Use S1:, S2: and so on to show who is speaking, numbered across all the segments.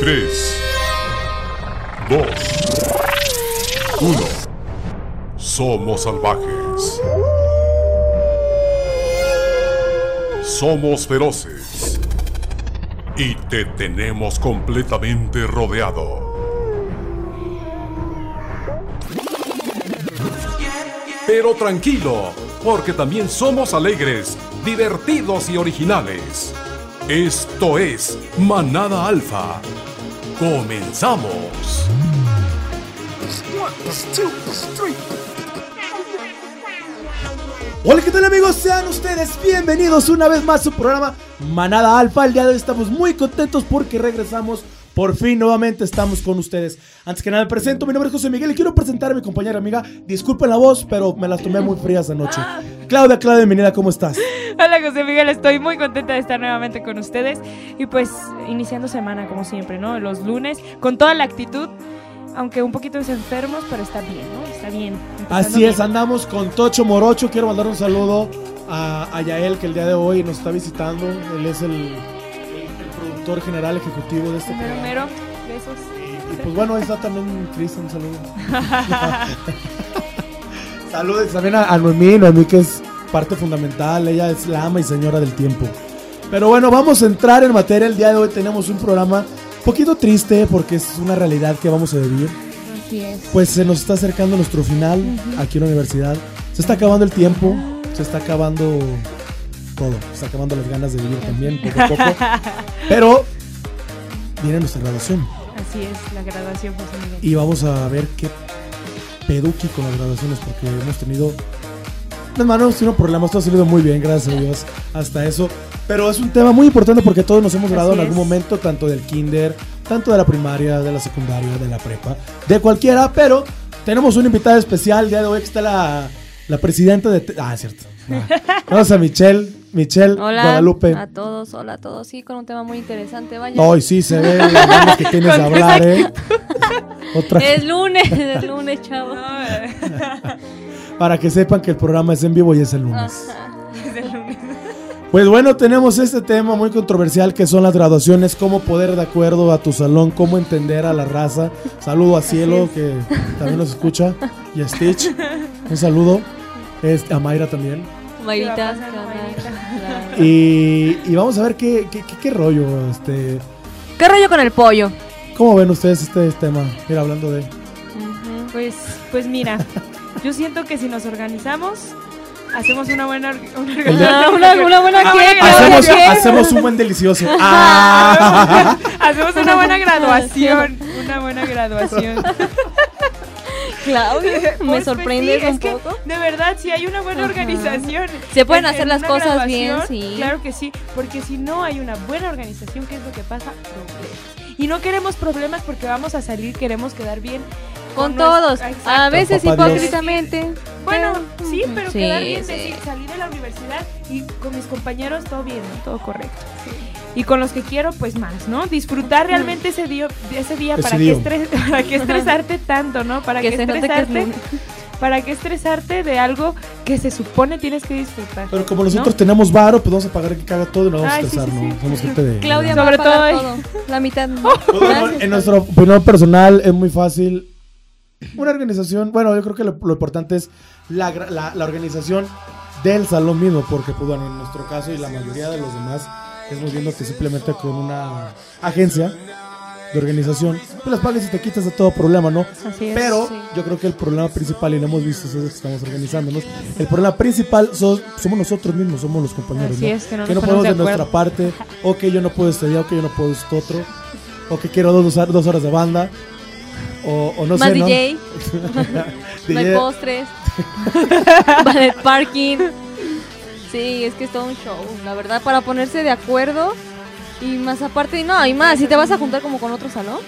S1: 3, 2, 1. Somos salvajes. Somos feroces. Y te tenemos completamente rodeado. Pero tranquilo, porque también somos alegres, divertidos y originales. Esto es Manada Alfa. Comenzamos.
S2: Hola, ¿qué tal amigos? Sean ustedes bienvenidos una vez más a su programa Manada Alfa. El día de hoy estamos muy contentos porque regresamos. Por fin, nuevamente estamos con ustedes. Antes que nada, me presento. Mi nombre es José Miguel y quiero presentar a mi compañera amiga. Disculpen la voz, pero me las tomé muy frías anoche. Claudia, Claudia, bienvenida, ¿cómo estás?
S3: Hola José Miguel, estoy muy contenta de estar nuevamente con ustedes y pues iniciando semana como siempre, ¿no? Los lunes con toda la actitud, aunque un poquito enfermos, pero está bien, ¿no? Está bien. empezando
S2: Así es,
S3: bien.
S2: andamos con Tocho Morocho. Quiero mandar un saludo a, a Yael, que el día de hoy nos está visitando. Él es el, el productor general ejecutivo de este
S3: Mero,
S2: programa.
S3: mero, besos.
S2: Y pues bueno, ahí está también Chris, un saludo. Saludos también a, a Noemí, Noemí que es parte fundamental, ella es la ama y señora del tiempo. Pero bueno, vamos a entrar en materia, el día de hoy tenemos un programa un poquito triste porque es una realidad que vamos a vivir.
S3: Así es.
S2: Pues se nos está acercando nuestro final aquí en la universidad, se está acabando el tiempo, se está acabando todo, se está acabando las ganas de vivir también poco a poco. Pero viene nuestra graduación.
S3: Así es, la graduación José Miguel.
S2: Y vamos a ver qué peduqui con las graduaciones, porque hemos tenido. Hermano, hemos tenido problemas, todo ha salido muy bien, gracias a Dios, hasta eso. Pero es un tema muy importante porque todos nos hemos graduado en
S3: Así
S2: algún
S3: es.
S2: momento, tanto del kinder, tanto de la primaria, de la secundaria, de la prepa, de cualquiera, pero tenemos un invitado especial, el día de hoy que está la, la presidenta de... Ah, es cierto. no. Vamos a Michelle, Michelle
S4: Hola
S2: Guadalupe.
S4: a todos, hola a todos. Sí, con un tema muy interesante. Vaya.
S2: Hoy sí se ve las ganas que tienes de
S3: Con
S2: hablar, ¿eh? Otra
S4: Es lunes, es lunes, chavo.
S3: No, eh,
S2: Para que sepan que el programa es en vivo y es el lunes.
S4: Ajá.
S3: desde el lunes.
S2: Pues bueno, tenemos este tema muy controversial que son las graduaciones, cómo poder de acuerdo a tu salón, cómo entender a la raza. Saludo a Cielo, que también nos escucha, y a Stitch. Un saludo. Este, a Mayra también.
S4: Mayrita,
S3: ¿Qué va a pasar,
S4: canal,
S3: Mayrita?
S4: canal.
S2: Y, y vamos a ver qué, qué, qué- qué rollo. Este,
S4: ¿Qué rollo con el pollo?
S2: ¿Cómo ven ustedes este tema? Mira, hablando de...
S3: Ujú, Pues, pues mira, yo siento que si nos organizamos, hacemos una buena or- una
S4: Ah, una, una buena
S3: Ah,
S4: que-
S3: bueno,
S4: una
S2: Hacemos,
S4: que-
S2: hacemos un buen delicioso. ¡Ah!
S3: Hacemos una buena graduación, una buena graduación.
S4: Claudia, me
S3: Porfa, Pues,
S4: sorprendes
S3: sí,
S4: un
S3: es que,
S4: poco.
S3: de verdad, si hay una buena
S4: Ajá.
S3: organización.
S4: Se pueden
S3: en-
S4: hacer
S3: en
S4: las
S3: una
S4: cosas bien,
S3: graduación,
S4: sí.
S3: Claro que sí, porque si no hay una buena organización, ¿qué es lo que pasa? Problemas. Y no queremos problemas porque vamos a salir, queremos quedar bien.
S4: Con
S3: nues-
S4: todos,
S3: Exacto.
S4: a veces
S2: Papá Dios.
S4: hipócritamente.
S3: Bueno,
S4: pero-
S3: sí,
S4: Ujú.
S3: pero
S4: Sí,
S3: quedar bien,
S4: sí.
S3: decir, salí de la universidad y con mis compañeros todo bien, ¿no? todo correcto. Y con los que quiero, pues más, ¿no? Disfrutar realmente ese día, ese día
S2: Ese
S3: para,
S2: día.
S3: Que estres- para que estresarte tanto, ¿no? Para que,
S4: Que se note que es
S3: estresarte,
S4: lunes.
S3: para que estresarte de algo que se supone tienes que disfrutar.
S2: Pero como nosotros tenemos varo, pues vamos a pagar que caga todo y nos vamos a
S3: Ay, sí,
S2: estresar,
S3: sí,
S2: ¿no?
S3: sí.
S2: Somos gente de...
S4: Claudia
S3: Sobre
S4: va a pagar
S3: todo
S4: todo. La mitad.
S2: Pues, bueno,
S4: Gracias.
S2: en nuestra opinión personal es muy fácil. Una organización, bueno, yo creo que lo, lo importante es la, gra- la- la organización del salón mismo, porque pues, bueno, en nuestro caso y la mayoría de los demás estamos viendo que simplemente con una agencia de organización, pues las pagas y te quitas de todo problema, ¿no?
S3: Así es.
S2: Pero
S4: Sí.
S2: yo creo que el problema principal, y lo hemos visto, es que estamos organizándonos, el problema principal son- somos nosotros mismos, somos los compañeros,
S3: Así
S2: ¿no?
S3: es, que no
S2: que no
S3: nos
S2: podemos
S3: ponemos
S2: de,
S3: de
S2: nuestra
S3: acuerdo.
S2: parte, o que yo no puedo este día, o que yo no puedo esto otro, o que quiero dos, dos horas de banda, o, o no
S4: Más
S2: sé, ¿no?
S4: DJ, no hay
S2: DJ,
S4: postres. vale, parking. Sí, es que es todo un show, la verdad, para ponerse de acuerdo. Y más aparte, no, y más, si te vas a juntar como con otro salón.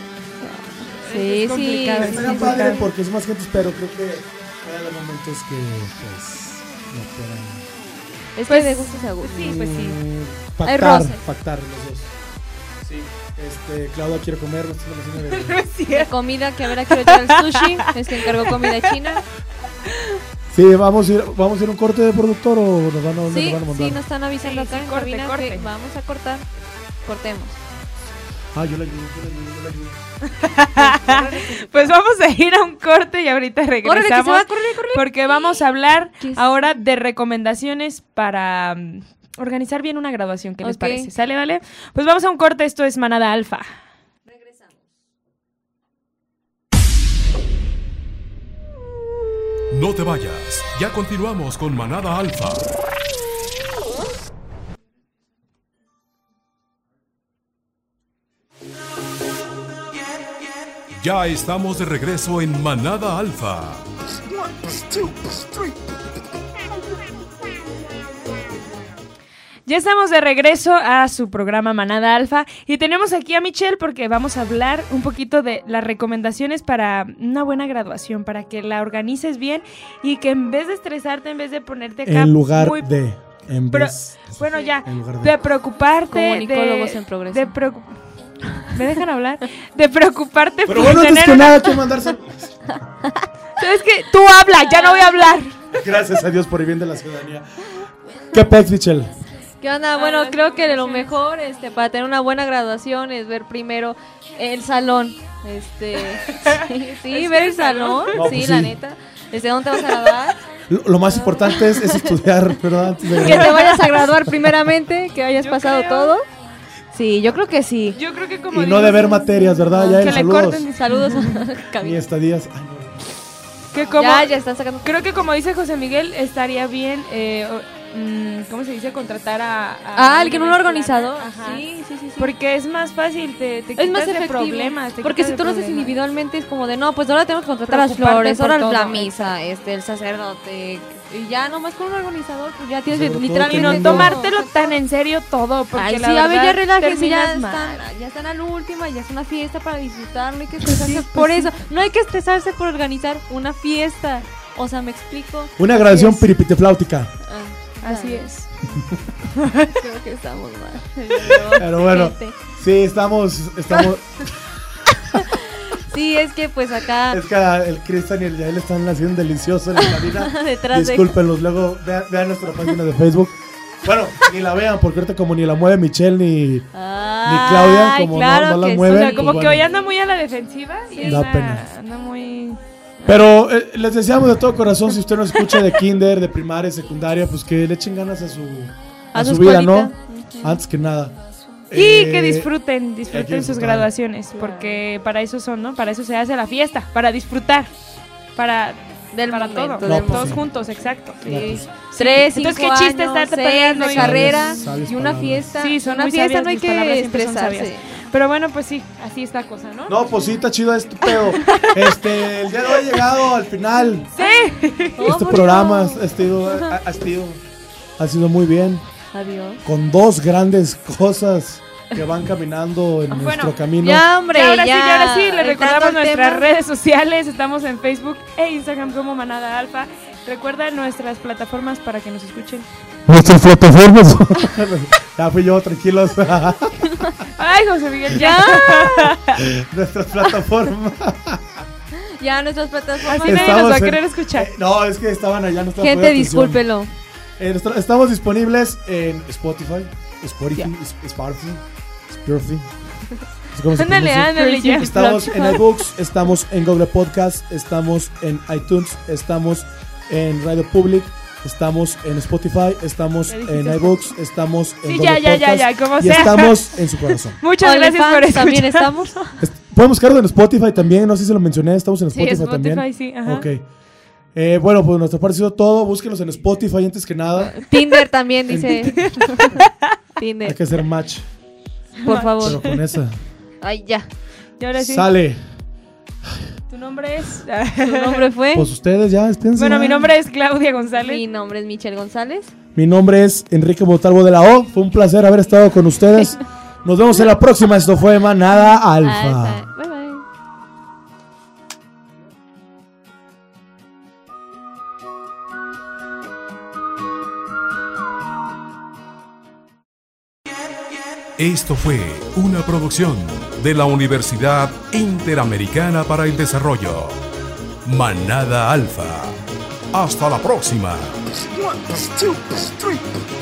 S4: Sí,
S3: Es
S4: sí.
S3: complicado,
S4: sí,
S2: Estaría
S4: sí.
S2: padre porque es más gente, pero creo que hay algunos momentos que, pues, no puedan
S4: Es que
S3: Pues,
S4: de gustos a gustos.
S3: Sí, pues sí.
S2: mm,
S4: Hay
S2: pactar,
S4: roces.
S2: pactar los dos. Sí, este, Claudia quiere comer, no estoy haciendo de-
S3: No es cierto.
S4: Comida que a ver a qué hora llega el sushi. Es que encargó comida china.
S2: Sí, vamos a ir, vamos a ir a un corte de productor o nos van a, dónde
S4: Sí,
S2: nos van a mandar.
S4: sí, nos están avisando
S3: Sí,
S4: acá
S3: sí,
S4: en
S3: corte,
S4: cabina
S3: corte.
S4: que vamos a cortar. Cortemos.
S2: Ah, yo la ayudo, yo la ayudo, yo la ayudo.
S3: Pues vamos a ir a un corte y ahorita regresamos.
S4: Córrele, que se va, córrele, córrele.
S3: Porque vamos a hablar
S4: ¿Qué es?
S3: ahora de recomendaciones para mm, organizar bien una graduación. ¿Qué les
S4: Ok.
S3: parece? ¿Sale, vale? Pues vamos a un corte. Esto es Manada Alfa.
S1: No te vayas, ya continuamos con Manada Alfa. Ya estamos de regreso en Manada Alfa.
S3: Ya estamos de regreso a su programa Manada Alfa y tenemos aquí a Michelle porque vamos a hablar un poquito de las recomendaciones para una buena graduación, para que la organices bien y que en vez de estresarte, en vez de ponerte acá
S2: En lugar
S3: muy
S2: de. En
S3: Pero-
S2: vez-
S3: Bueno, ya,
S2: En lugar de-
S3: de preocuparte.
S4: Comunicólogos
S3: de,
S4: en progreso.
S3: de preocu- ¿Me dejan hablar? De preocuparte
S2: Pero
S3: por
S2: bueno, antes
S3: tener
S2: que
S3: una-
S2: nada, quiero mandar sal-
S3: ¿Sabes qué? Tú habla, ya no voy a hablar.
S2: Gracias a Dios por el bien de la ciudadanía. ¿Qué pez, Michelle?
S4: ¿Qué onda? Bueno, creo que lo mejor este, para tener una buena graduación es ver primero el salón. Este, sí, sí, ver el salón,
S2: No,
S4: sí,
S2: pues
S4: la
S2: sí.
S4: neta. Desde dónde te vas a graduar.
S2: Lo, lo más importante es, es estudiar, ¿verdad? Antes de
S4: que te
S2: grabar.
S4: vayas a graduar primeramente, que hayas
S3: Yo
S4: pasado
S3: creo.
S4: todo. Sí, yo creo que sí.
S3: Yo creo que como
S2: Y no
S3: dices,
S2: deber materias, ¿verdad? Ah, Ya
S3: que
S2: en
S3: le
S2: saludos.
S3: corten
S4: Saludos a
S2: Ni
S4: Camila.
S2: estadías. Ay, no.
S3: que como
S4: Ya, ya está sacando.
S3: creo que como dice José Miguel estaría bien eh, o- mm, ¿cómo se dice? contratar a, a
S4: Ah, alguien, un organizador.
S3: Ajá.
S4: Sí, sí, sí. sí.
S3: Porque es más fácil, te, te
S4: es más
S3: quitas de
S4: efectivo.
S3: problemas. te
S4: porque
S3: quitas
S4: si
S3: de
S4: tú lo haces
S3: problemas.
S4: individualmente es como de, no, pues ahora tenemos que contratar las
S3: Preocuparte
S4: flores,
S3: por
S4: ahora
S3: todo,
S4: la misa, este, el sacerdote. Y ya nomás con un organizador, pues ya tienes
S2: Sobre todo
S4: literalmente.
S2: que
S3: No
S2: Exacto.
S3: tomártelo tan en serio todo, porque
S4: Ay,
S3: la
S4: sí, a ver, ya
S3: verdad
S4: relájense, ya
S3: terminas mal.
S4: están, ya están a la última, ya es una fiesta para disfrutar, no hay que estresarse
S3: pues
S4: por
S3: sí.
S4: eso, no hay que estresarse por organizar una fiesta, o sea, me explico.
S2: Una grabación piripitefláutica.
S4: Ah,
S3: Así
S4: vale.
S2: Pues
S3: es.
S4: Creo que estamos mal.
S2: Pero bueno,
S4: Gente.
S2: sí, estamos. estamos
S4: Sí, es que pues acá
S2: es que el Cristian y el Yael están haciendo delicioso en la cabina.
S4: detrás de...
S2: Discúlpenlos, luego vean, vean nuestra página de Facebook. Bueno, ni la vean, porque ahorita como ni la mueve Michelle ni.
S4: Ay,
S2: Claudia, como no- no la
S4: que
S2: mueven,
S3: O
S4: sí.
S3: sea,
S2: Pues
S3: como que
S2: bueno.
S3: hoy anda muy a la defensiva y
S2: Da
S3: anda-
S2: pena.
S3: anda muy...
S2: Pero eh, les deseamos de todo corazón, si usted nos escucha de kinder, de primaria, secundaria, pues que le echen ganas a su, a
S4: A
S2: su,
S4: su
S2: vida, ¿no?
S4: escuelita.
S2: Antes que nada.
S3: Y que
S2: Eh,
S3: disfruten,
S2: hay que
S3: disfruten sus
S2: disfrutar.
S3: graduaciones, porque para eso son, ¿no? Para eso se hace la fiesta, para disfrutar, para,
S4: Del
S3: para todo,
S4: momento, del
S2: No, pues
S3: todos
S2: sí.
S3: juntos, exacto.
S2: Sí.
S4: Tres,
S3: Entonces,
S4: cinco
S3: ¿qué chiste
S4: años,
S3: estarte
S4: seis,
S3: peleando
S4: de
S3: y-
S4: carrera
S2: Sabias
S4: y una
S2: palabras.
S4: fiesta.
S3: Sí, son
S4: una
S3: muy
S4: fiesta
S3: sabias,
S4: no hay
S3: mis palabras
S4: que
S3: siempre son
S4: estresarse.
S3: sabias. Pero bueno, pues sí, así es la cosa, ¿no?
S2: No, pues sí, está chido este pedo. Este, el día de hoy ha llegado al final.
S3: Sí,
S2: Este
S4: Vámonos.
S2: programa ha sido, ha, ha sido, ha sido muy bien.
S4: Adiós.
S2: Con dos grandes cosas que van caminando en nuestro camino.
S4: Ya, hombre,
S3: Ya, ahora
S4: ya.
S3: sí, ya, ahora sí, les
S4: De
S3: recordamos
S4: tanto el
S3: nuestras
S4: tema.
S3: redes sociales, estamos en Facebook e Instagram como Manada Alfa. Recuerda nuestras plataformas para que nos escuchen.
S2: Nuestras plataformas. ya fui yo, tranquilos.
S3: Ay, José Miguel, ya.
S2: Nuestras plataformas.
S4: Ya, nuestras plataformas.
S3: Así nadie
S2: Estamos
S3: nos va a
S2: en-
S3: querer escuchar.
S2: Eh, No, es que estaban allá, no estaban poniendo
S4: Gente,
S2: atención.
S4: discúlpelo.
S2: Eh, nuestra- estamos disponibles en Spotify, Spotify, Sp- Spotify, Spotify. No sé cómo se
S3: Ándale,
S2: pronuncia.
S3: ándale, ya.
S2: Estamos en iBooks, estamos en Google Podcast, estamos en iTunes, estamos en Radio Public, estamos en Spotify, estamos
S3: Ya dijiste
S2: en
S3: Spotify.
S2: iBooks, estamos en
S3: Sí,
S2: Google
S3: ya, ya, ya,
S2: Podcast
S3: ya, como
S2: y
S3: sea.
S2: estamos en su corazón.
S3: Muchas gracias por
S4: OnlyFans,
S3: escuchar.
S4: También estamos.
S2: Est- Podemos buscarlo en Spotify también, no sé si lo mencioné, estamos en
S3: Sí,
S2: Spotify,
S3: Spotify,
S2: también.
S3: sí. Ajá.
S2: Ok. Eh, bueno, pues nuestra parte ha sido todo. Búsquenos en Spotify antes que nada.
S4: Tinder también, dice.
S2: Hay
S4: Tinder,
S2: que hacer match,
S4: por
S2: pero
S4: favor.
S2: con esa.
S4: Ay, ya.
S3: Y ahora sí.
S2: Sale.
S3: Tu nombre es.
S4: Tu nombre fue.
S2: Pues ustedes ya, espérense.
S3: bueno,
S2: ya.
S3: mi nombre es Claudia
S4: Mi
S3: González.
S4: nombre es Michelle González.
S2: Mi nombre es Enrique Botalvo de la O. Fue un placer haber estado con ustedes. Nos vemos en la próxima. Esto fue Manada Alfa.
S4: Alfa. Ah, Bye, bye.
S1: Esto fue una producción de la Universidad Interamericana para el Desarrollo. Manada Alfa. Hasta la próxima.
S5: One, plus two, plus three.